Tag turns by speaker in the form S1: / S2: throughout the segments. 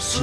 S1: 是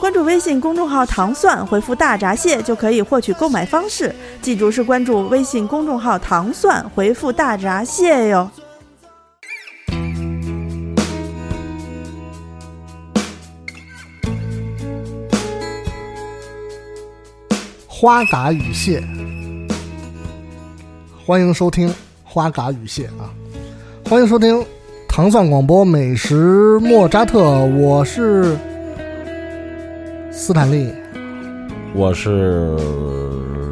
S2: 关注微信公众号“糖蒜”，回复“大闸蟹”就可以获取购买方式。记住是关注微信公众号“糖蒜”，回复“大闸蟹”哟。
S1: 花蛤与蟹。欢迎收听花蛤与蟹啊！欢迎收听糖蒜广播美食莫扎特，我是斯坦利。
S3: 我是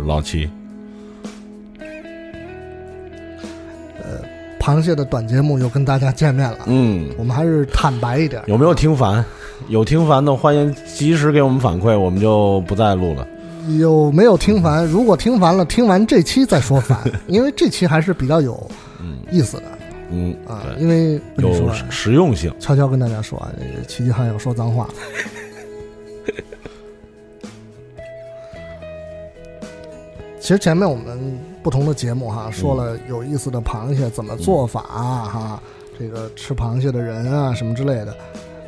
S3: 老七，
S1: 螃蟹的短节目又跟大家见面了，
S3: 嗯，
S1: 我们还是坦白一点。
S3: 有没有听烦？有听烦的，欢迎及时给我们反馈，我们就不再录了。
S1: 有没有听烦？如果听烦了，听完这期再说 烦，因为这期还是比较有意思的
S3: 嗯，
S1: 啊。
S3: 对，
S1: 因为跟你说
S3: 有
S1: 啊，
S3: 实用性。
S1: 悄悄跟大家说啊，这个齐齐汉要说脏话。 其实前面我们不同的节目
S3: 嗯
S1: 哈，说了有意思的螃蟹怎么做法啊哈，这个吃螃蟹的人啊什么之类的，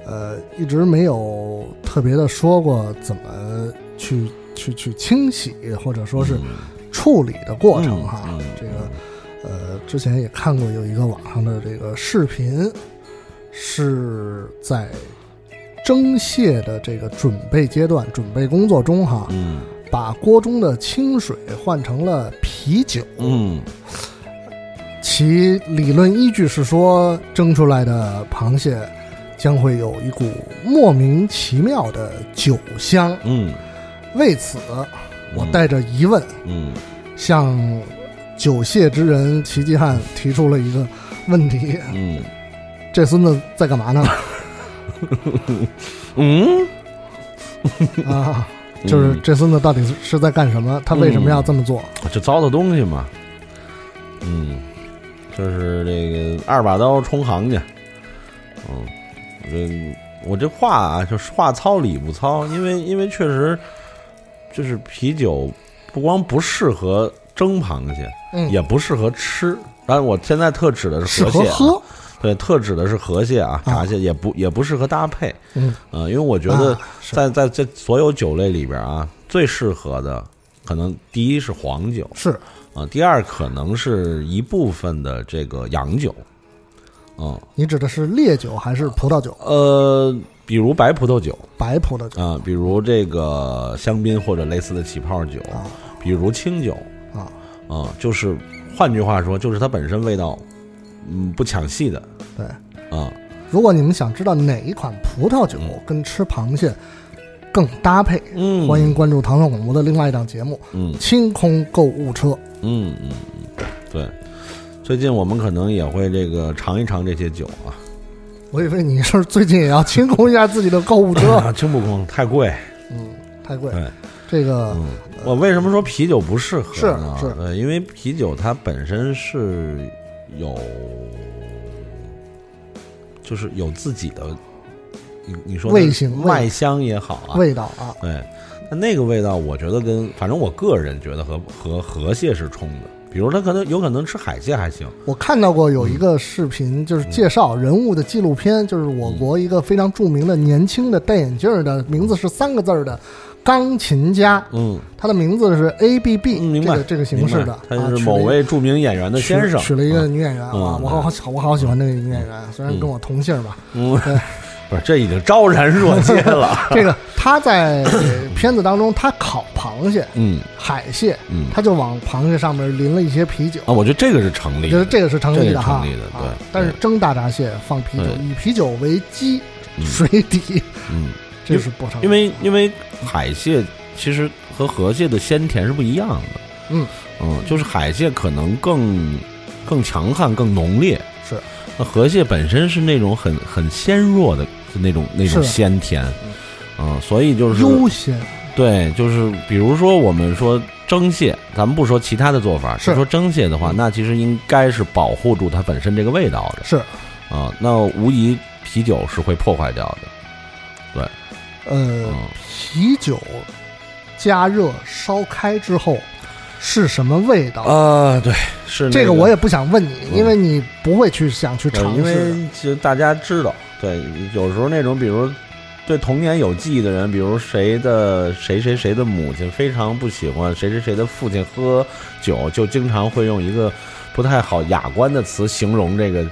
S1: 呃，一直没有特别的说过怎么去去去清洗或者说是处理的过程哈。
S3: 嗯嗯嗯
S1: 这个呃，之前也看过有一个网上的这个视频，是在蒸蟹的这个准备阶段、准备工作中哈，
S3: 嗯
S1: 把锅中的清水换成了啤酒。
S3: 嗯
S1: 其理论依据是说，蒸出来的螃蟹将会有一股莫名其妙的酒香。
S3: 嗯
S1: 为此，我带着疑问
S3: 嗯
S1: 向酒蟹之人齐继汉提出了一个问题：
S3: 嗯
S1: 这孙子在干嘛 呢？
S3: 嗯，
S1: 啊，就是这孙子到底是是在干什么？他为什么要这么做？
S3: 这啊糟蹋东西嘛。嗯，就是这个二把刀冲行去。嗯，我这我这话啊，就是话糙理不糙，因为因为确实就是啤酒不光不适合蒸螃蟹，
S1: 嗯
S3: 也不适合吃。但我现在特指的是
S1: 适
S3: 河
S1: 合
S3: 蟹啊、
S1: 喝，
S3: 对，特指的是河蟹啊，
S1: 啊
S3: 闸蟹也不也不适合搭配。
S1: 嗯，
S3: 呃，因为我觉得
S1: 啊是
S3: 在在这所有酒类里边啊，最适合的可能第一是黄酒
S1: 是
S3: 啊、第二可能是一部分的这个洋酒，嗯
S1: 你指的是烈酒还是葡萄酒？
S3: 呃，比如白葡萄酒
S1: 白葡萄酒
S3: 啊、比如这个香槟或者类似的起泡酒，
S1: 啊
S3: 比如清酒
S1: 啊，
S3: 啊、就是换句话说，就是它本身味道嗯不抢戏的
S1: 对。
S3: 啊、
S1: 如果你们想知道哪一款葡萄酒跟吃螃蟹更搭配，
S3: 嗯，
S1: 欢迎关注糖蒜广播的另外一档节目
S3: 嗯。
S1: 《清空购物车》。
S3: 嗯嗯，嗯，对。最近我们可能也会这个尝一尝这些酒啊，
S1: 我以为你是最近也要清空一下自己的购物车，
S3: 啊，清不空太贵。
S1: 嗯，太贵
S3: 对。
S1: 这个
S3: 哎嗯，我为什么说啤酒不适合
S1: 是
S3: 呢？
S1: 是
S3: 对，因为啤酒它本身是有，就是有自己的，你你说的
S1: 味型味
S3: 外香也好啊，
S1: 味道啊，
S3: 对，那那个味道，我觉得跟反正我个人觉得和和河蟹是冲的。比如他可能有可能吃海蟹还行，
S1: 我看到过有一个视频，就是介绍人物的纪录片，就是我国一个非常著名的年轻的戴眼镜儿的，名字是三个字儿的钢琴家，
S3: 嗯，
S1: 他的名字是 A B
S3: 嗯
S1: B
S3: 明
S1: 这
S3: 白
S1: 个这个形式的
S3: 明白，
S1: 啊
S3: 他就是某位著名演员的
S1: 取
S3: 先生，
S1: 娶了一个女演员啊
S3: 嗯，
S1: 我好好喜我好喜欢那个女演员，虽然跟我同姓吧，
S3: 嗯，
S1: 对
S3: 不是，这已经昭然若揭 了。
S1: 这个她在呃片子当中她烤螃蟹、
S3: 嗯
S1: 海蟹，
S3: 嗯
S1: 她就往螃蟹上面淋了一些啤酒。
S3: 啊，我觉得这个是成
S1: 我
S3: 立
S1: 觉得
S3: 的。
S1: 这个是成立的哈，
S3: 这个是成立的对
S1: 啊但是蒸大闸蟹放啤酒，
S3: 对
S1: 以啤酒为基
S3: 嗯
S1: 水底，
S3: 嗯，
S1: 这是不成立的。
S3: 因为因为海蟹其实和河蟹的鲜甜是不一样的。
S1: 嗯
S3: 嗯，就是海蟹可能更更强悍、更浓烈，
S1: 是
S3: 那河蟹本身是那种很很纤弱的那种那
S1: 是
S3: 种鲜甜
S1: 嗯。
S3: 嗯，所以就是
S1: 悠闲，
S3: 对，就是比如说我们说蒸蟹，咱们不说其他的做法，
S1: 是嗯
S3: 就说蒸蟹的话，那其实应该是保护住它本身这个味道的
S1: 是，
S3: 啊、那无疑啤酒是会破坏掉的。
S1: 呃，
S3: 嗯，
S1: 啤酒加热烧开之后是什么味道？
S3: 啊，对，是、
S1: 这个我也不想问你，
S3: 嗯
S1: 因为你不会去想去
S3: 对
S1: 尝
S3: 因
S1: 试的。
S3: 为其实大家知道，对，有时候那种比如对童年有记忆的人，比如谁的谁谁谁的母亲非常不喜欢谁谁谁的父亲喝酒，就经常会用一个不太好雅观的词形容这个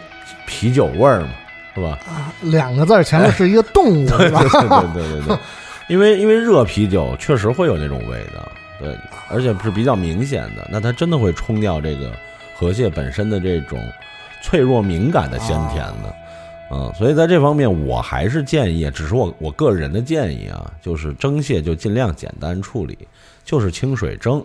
S3: 啤酒味儿嘛，是吧？
S1: 啊两个字儿前面是一个动物，
S3: 对
S1: 是吧？
S3: 哎对 对对对对，因为因为热啤酒确实会有那种味道，对，而且是比较明显的，那它真的会冲掉这个河蟹本身的这种脆弱敏感的鲜甜的。
S1: 啊
S3: 嗯，所以在这方面，我还是建议，只是我我个人的建议啊，就是蒸蟹就尽量简单处理，就是清水蒸。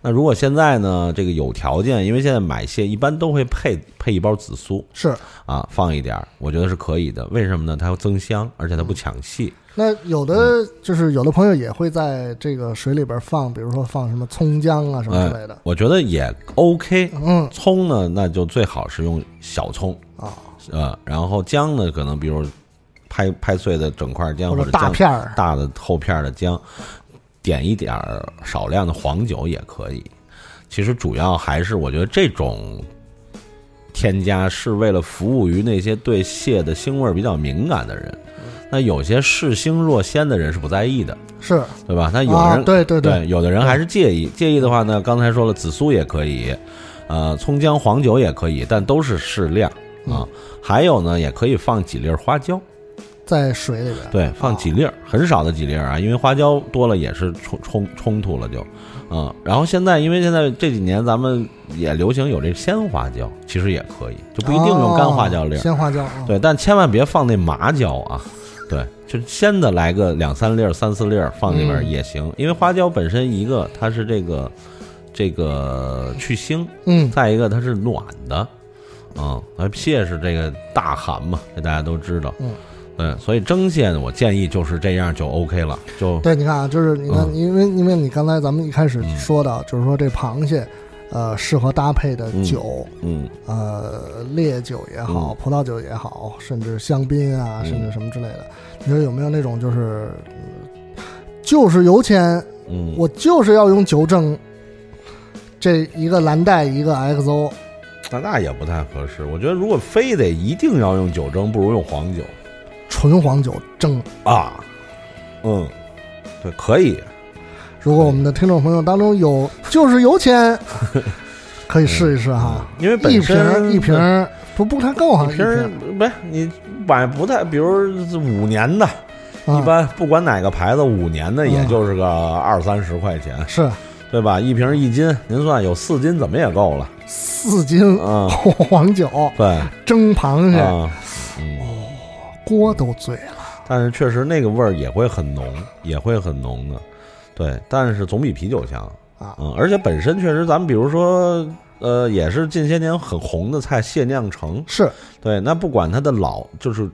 S3: 那如果现在呢，这个有条件，因为现在买蟹一般都会配配一包紫苏，
S1: 是。
S3: 啊，放一点儿，我觉得是可以的。为什么呢？它要增香，而且它不抢戏。
S1: 那有的就是有的朋友也会在这个水里边放，比如说放什么葱姜啊什么之类的。
S3: 哎我觉得也 OK。
S1: 嗯
S3: 葱呢，那就最好是用小葱，
S1: 啊，
S3: 呃，然后姜呢，可能比如拍拍碎的整块姜
S1: 或
S3: 或
S1: 者
S3: 者
S1: 大
S3: 姜
S1: 片儿，
S3: 大的厚片儿的姜，点一点儿少量的黄酒也可以。其实主要还是我觉得这种添加是为了服务于那些对蟹的腥味儿比较敏感的人。
S1: 嗯
S3: 那有些视腥若鲜的人是不在意的，
S1: 是
S3: 对吧？那有人、
S1: 啊，对对
S3: 对，有的人还是介意。介意的话呢，刚才说了，紫苏也可以，呃，葱姜黄酒也可以，但都是适量啊。还有呢，也可以放几粒儿花椒，
S1: 在水里边。
S3: 对，放几粒儿，很少的几粒儿啊，因为花椒多了也是冲冲冲突了就，嗯。然后现在，因为现在这几年咱们也流行有这鲜花椒，其实也可以，就不一定用干花椒粒
S1: 哦
S3: 儿，
S1: 鲜花椒。啊，
S3: 对，但千万别放那麻椒啊。对，就是鲜的来个两三粒儿、三四粒儿放里边儿
S1: 嗯
S3: 也行，因为花椒本身一个它是这个这个去腥，
S1: 嗯，
S3: 再一个它是暖的，嗯，而蟹是这个大寒嘛，这大家都知道，
S1: 嗯，
S3: 对，所以蒸蟹呢，我建议就是这样就 OK 了，就
S1: 对，你看啊，就是你看，
S3: 嗯
S1: 因为因为你刚才咱们一开始说到，就是说这螃蟹，呃，适合搭配的酒，
S3: 嗯
S1: 呃，烈酒也好，
S3: 嗯
S1: 葡萄酒也好，甚至香槟啊，
S3: 嗯
S1: 甚至什么之类的，你说有没有那种就是，嗯就是有钱，
S3: 嗯，
S1: 我就是要用酒蒸，这一个蓝带一个 XO，
S3: 那那也不太合适，我觉得如果非得一定要用酒蒸，不如用黄酒
S1: 纯黄酒蒸。
S3: 啊，嗯，对，可以，
S1: 如果我们的听众朋友当中有就是有 钱，可以试一试哈。
S3: 因为嗯本
S1: 一
S3: 身
S1: 瓶儿一瓶儿不不太够啊，
S3: 一瓶儿不是你买不太，比如五年的，
S1: 一
S3: 一般不管哪个牌子，五年
S1: 嗯
S3: 的也就是个二三十块钱，
S1: 是
S3: 对吧？一瓶儿一斤，您算有四斤，怎么也够了
S1: 四斤？
S3: 啊
S1: 黄酒
S3: 对
S1: 蒸螃蟹，
S3: 啊，嗯，
S1: 锅都醉了。
S3: 但是确实那个味儿也会很浓，也会很浓的，对，但是总比啤酒强
S1: 啊
S3: 嗯，而且本身确实，咱们比如说。呃，也是近些年很红的菜，蟹酿橙。
S1: 是
S3: 对，那不管它的老，就是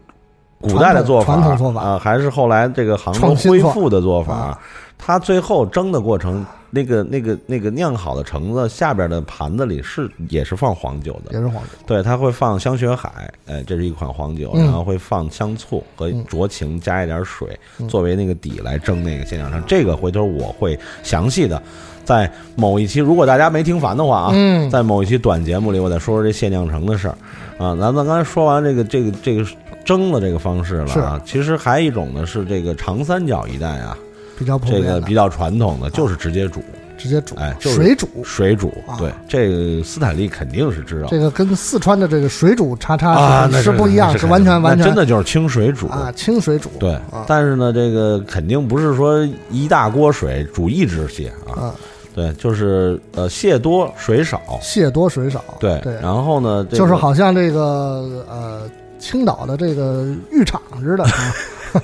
S3: 古代的做法，
S1: 传统传统做法
S3: 啊、还是后来这个杭州
S1: 创新
S3: 恢
S1: 做
S3: 复的做法，
S1: 啊
S3: 它最后蒸的过程，那个那个那个酿好的橙子下边的盘子里是也是放黄酒
S1: 也
S3: 的，
S1: 是黄酒，
S3: 对，它会放香雪海，哎，这是一款黄酒，
S1: 嗯
S3: 然后会放香醋和
S1: 嗯
S3: 酌情加一点水、
S1: 嗯
S3: 作为那个底来蒸那个鲜酿橙，这个回头我会详细的在某一期，如果大家没听烦的话啊，
S1: 嗯，
S3: 在某一期短节目里，我再说说这蟹酿橙的事儿啊。咱们刚才说完这个这个这个蒸的这个方式了啊，其实还有一种呢是这个长三角一带啊，
S1: 比较普
S3: 这
S1: 遍
S3: 个
S1: 的，
S3: 比较传统
S1: 啊
S3: 的就是直接煮
S1: 直接煮
S3: 哎，就是
S1: 水煮。
S3: 水煮
S1: 啊。
S3: 对，这个斯坦利肯定是知道
S1: 这个跟四川的这个水煮叉
S3: 啊
S1: 叉，
S3: 那
S1: 是不一
S3: 那
S1: 样，
S3: 是
S1: 是完全
S3: 肯定
S1: 完
S3: 那
S1: 全
S3: 真的就是清水煮。
S1: 啊，清水煮。
S3: 对
S1: 啊，
S3: 但是呢，这个肯定不是说一大锅水煮一只蟹啊，
S1: 啊，
S3: 对，就是呃蟹多水少，
S1: 蟹多水少。
S3: 对，
S1: 对，
S3: 然后呢，这
S1: 就是
S3: 个
S1: 好像这个呃青岛的这个浴场似的 啊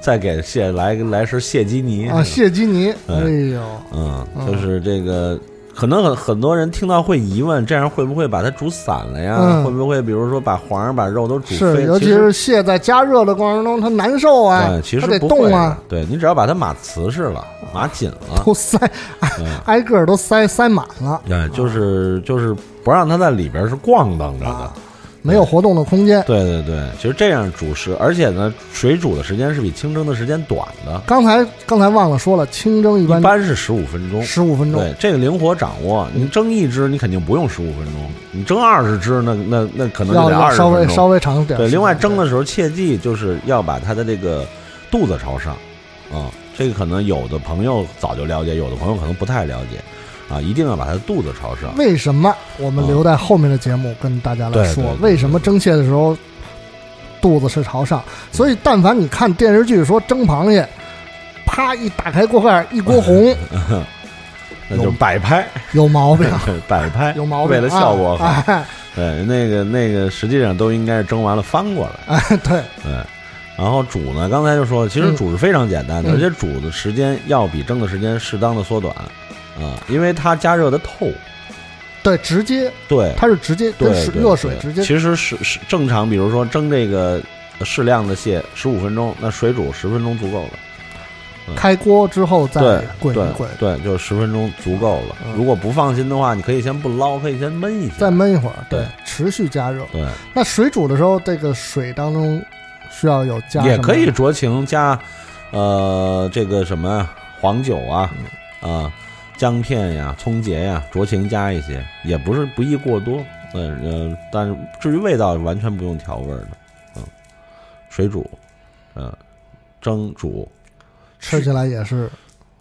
S3: 再给蟹来来是蟹基尼
S1: 啊啊，蟹基尼，
S3: 嗯
S1: 哎呦，
S3: 嗯，
S1: 嗯
S3: 就是这个可能很很多人听到会疑问，这样会不会把它煮散了呀？
S1: 嗯
S3: 会不会比如说把黄儿把肉都煮
S1: 是，
S3: 飞？
S1: 尤其
S3: 实
S1: 是蟹在加热的过程中，它难受啊
S3: 对，，其
S1: 它
S3: 实
S1: 得
S3: 不
S1: 动
S3: 会
S1: 啊
S3: 的，。对你只要把它码瓷实了，码紧了，
S1: 都塞，哎
S3: 嗯
S1: 挨个儿都塞塞满了
S3: 对，哎就是就是不让它在里边是逛荡着的
S1: 啊。，没有活动的空间。
S3: 对对对，其实这样煮食，而且呢，水煮的时间是比清蒸的时间短的，
S1: 刚才刚才忘了说了，清蒸一
S3: 一
S1: 般
S3: 般是十五分钟。
S1: 十五分钟，嗯
S3: 对，这个灵活掌握。你蒸一只，你肯定不用十五分钟；你蒸二十只，那那那可能就
S1: 要
S3: 得
S1: 要
S3: 二十
S1: 稍微
S3: 分
S1: 稍
S3: 钟。
S1: 微长点儿时间。
S3: 对，另外蒸的时候切记就是要把它的这个肚子朝上，啊，这个可能有的朋友早就了解，有的朋友可能不太了解，啊，一定要把它的肚子朝上。
S1: 为什么我们留在后面的节目跟大家来
S3: 啊对
S1: 说
S3: 对对？
S1: 为什么蒸蟹的时候肚子是朝上？所以，但凡你看电视剧说蒸螃蟹，啪一打开锅盖儿，一锅红，
S3: 那就是摆拍，
S1: 有毛病，啊
S3: 摆拍，
S1: 有毛病。
S3: 为了效果好
S1: 啊哎
S3: 对，那个那个实际上都应该是蒸完了翻过来。
S1: 哎，对，
S3: 对，然后煮呢，刚才就说了，其实
S1: 嗯
S3: 煮是非常简单的，
S1: 嗯
S3: 而且煮的时间要比蒸的时间适当的缩短，啊、因为它加热的透，
S1: 对，直接
S3: 对，
S1: 它是直接
S3: 哎对
S1: 跟水
S3: 对
S1: 热水
S3: 对
S1: 直接
S3: 其实是是正常，比如说蒸这个适量的蟹十五分钟，那水煮十分钟足够了。
S1: 开锅之后再
S3: 对
S1: 滚一
S3: 对
S1: 滚，
S3: 对，就十分钟足够了。
S1: 嗯
S3: 如果不放心的话，你可以先不捞，可以先焖一下。
S1: 再焖一会儿，
S3: 对，
S1: 持续加热。
S3: 对，
S1: 那水煮的时候，这个水当中需要有加什
S3: 也
S1: 么
S3: 可以酌情加，呃，这个什么呀黄酒啊，啊、
S1: 嗯
S3: 姜片呀、葱节呀，酌情加一些，也不是不宜过多。呃呃，但是至于味道，完全不用调味儿的。嗯，水煮，嗯、蒸煮，
S1: 吃起来也是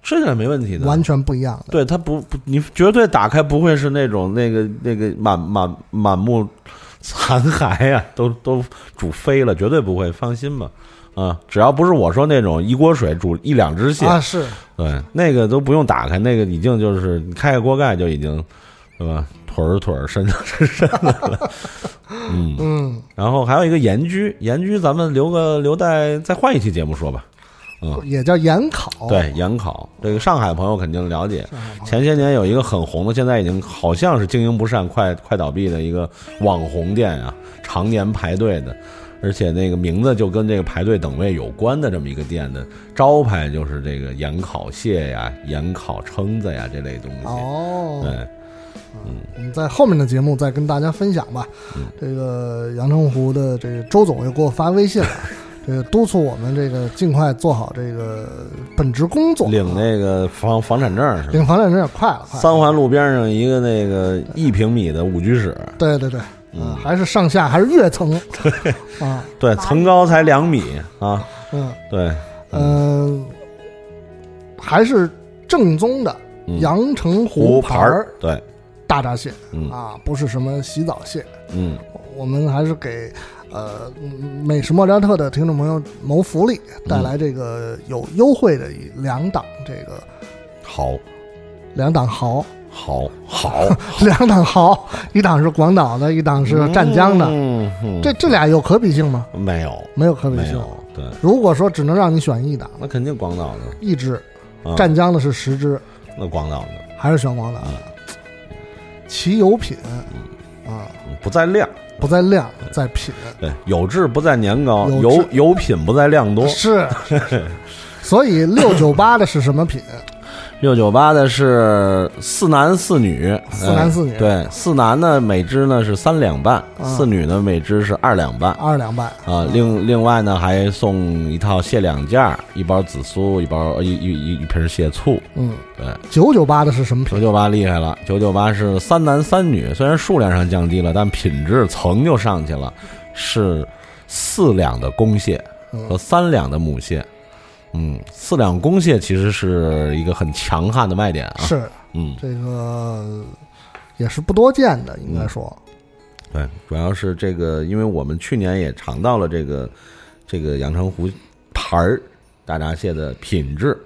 S3: 吃起来没问题的。
S1: 完全不一样的。
S3: 对它不不，你绝对打开不会是那种那个那个满满满目残骸呀、都都煮飞了，绝对不会，放心吧。啊，只要不是我说那种一锅水煮一两只蟹，
S1: 啊，是
S3: 对，那个都不用打开，那个已经就是你开开锅盖就已经，对吧？腿儿腿儿伸伸伸的了，嗯。
S1: 嗯，
S3: 然后还有一个盐焗，盐焗咱们留个留待再换一期节目说吧。嗯
S1: 也叫盐烤。
S3: 对，盐烤这个上海朋友肯定了解，
S1: 上海话，
S3: 前些年有一个很红的，现在已经好像是经营不善、快快倒闭的一个网红店啊，常年排队的，而且那个名字就跟这个排队等位有关的这么一个店的招牌就是这个盐烤蟹呀、盐烤蛏子呀这类东西。
S1: 哦，
S3: 对，
S1: 我们在后面的节目再跟大家分享吧。
S3: 嗯
S1: 这个阳澄湖的这个周总又给我发微 信了，这个督促我们这个尽快做好这个本职工作，
S3: 领那个房房产证是吧？
S1: 领房产证也快了，快了
S3: 三环路边上一个那个一平米的五居室，
S1: 对对对，
S3: 嗯
S1: 啊，还是上下还是跃层，啊，
S3: 对，层高才两米啊，
S1: 嗯
S3: 对，
S1: 嗯、还是正宗的
S3: 嗯
S1: 阳澄湖
S3: 湖
S1: 牌
S3: 牌
S1: 儿
S3: 儿，对，
S1: 大闸蟹、
S3: 嗯
S1: 啊，不是什么洗澡蟹。
S3: 嗯，
S1: 我们还是给呃嗯美食莫扎特的听众朋友谋福利，带来这个有优惠的一两档这个
S3: 好，
S1: 两档蚝，
S3: 好，好。
S1: 两档蚝，一档是广岛的，一档是啊湛江的。
S3: 嗯，嗯
S1: 这这俩有可比性吗？
S3: 没有，
S1: 没有可比
S3: 没
S1: 性。
S3: 有，对，
S1: 如果说只能让你选一档，
S3: 那肯定广岛的，
S1: 一只
S3: 啊
S1: 湛江的是十只，
S3: 那广岛的
S1: 还是选广岛的？其有品啊，
S3: 嗯嗯不在量，
S1: 不在量，在品，
S3: 对，有质不在年高，
S1: 有
S3: 有
S1: 质
S3: 有品不在量多。
S1: 是。所以六九八的是什么 品？
S3: 六九八的是四男四女，
S1: 四男四女啊
S3: 呃对，四男呢每只呢是三两半，四女呢每只是二两半。
S1: 二两半
S3: 啊，另另外呢，还送一套蟹两件儿，一包紫苏，一包一一一一瓶蟹醋。
S1: 嗯，
S3: 对，
S1: 九九八的是什么
S3: 九
S1: 品？
S3: 九八厉害了，九九八是三男三女，虽然数量上降低了，但品质层就上去了，是四两的公蟹和三两的母蟹。嗯，四两公蟹其实是一个很强悍的卖点啊。
S1: 是
S3: 嗯，
S1: 这个也是不多见的，应该说
S3: 对，主要是这个，因为我们去年也尝到了这个这个阳澄湖牌儿大闸蟹的品质，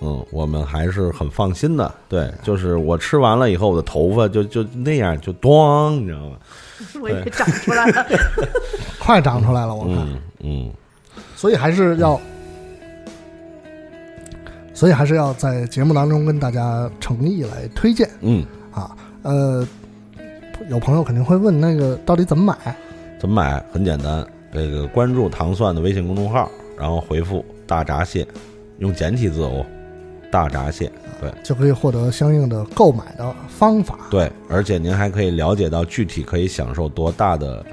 S3: 嗯，我们还是很放心的。对，就是我吃完了以后，我的头发就就那样就咣，你知道吗？
S2: 我也长出来了。
S1: 快长出来了，我看，
S3: 嗯嗯，
S1: 所以还是要，所以还是要在节目当中跟大家诚意来推荐
S3: 嗯，
S1: 啊，呃，有朋友肯定会问，那个到底怎么买？
S3: 怎么买？很简单，这个关注糖蒜的微信公众号，然后回复“大闸蟹”，用简体字哦，“大闸蟹”。对
S1: 就可以获得相应的购买的方法。
S3: 对，而且您还可以了解到具体可以享受多大的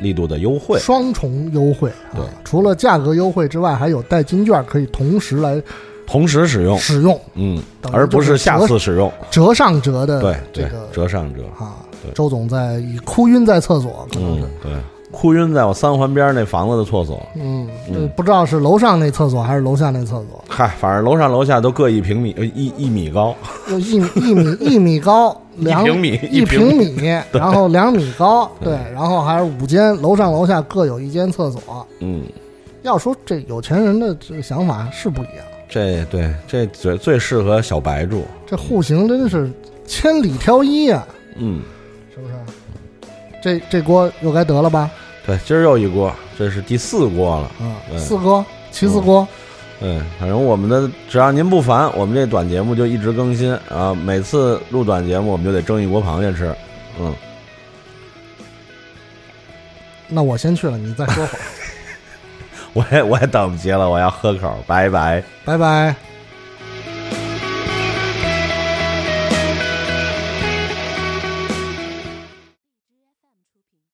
S3: 力度的优惠。
S1: 双重优惠啊！
S3: 对
S1: 除了价格优惠之外，还有代金券可以同时来
S3: 同时使用，
S1: 使用，
S3: 嗯，
S1: 等于
S3: 而不
S1: 就是
S3: 下
S1: 折
S3: 次使用，
S1: 折上折
S3: 对
S1: 的这
S3: 对
S1: 个，
S3: 折上折，
S1: 啊
S3: 对。
S1: 周总在以哭晕在厕所，可能是
S3: 嗯，对。哭晕在我三环边那房子的厕所，
S1: 嗯，这不知道是楼上那厕所还是楼下那厕所，
S3: 嗨，反正楼上楼下都各一平米，呃一一米高，
S1: 有一米一 米一米高，两
S3: 平米一
S1: 一
S3: 平
S1: 平 米，然后两米高，对，然后还是五间，楼上楼下各有一间厕所。
S3: 嗯，
S1: 要说这有钱人的这个想法是不一样，
S3: 这对这最最适合小白住，
S1: 这户型真是千里挑一啊，
S3: 嗯，
S1: 是不是？这这锅又该得了吧？
S3: 对，今儿又一锅，这是第四锅了，
S1: 啊、
S3: 对
S1: 四哥，齐四哥，
S3: 嗯，反正我们的只要您不烦，我们这短节目就一直更新啊，每次录短节目我们就得蒸一锅螃蟹吃，嗯，
S1: 那我先去了，你再说会儿，
S3: 我也我也等不及了，我要喝口，拜拜。
S1: 拜拜。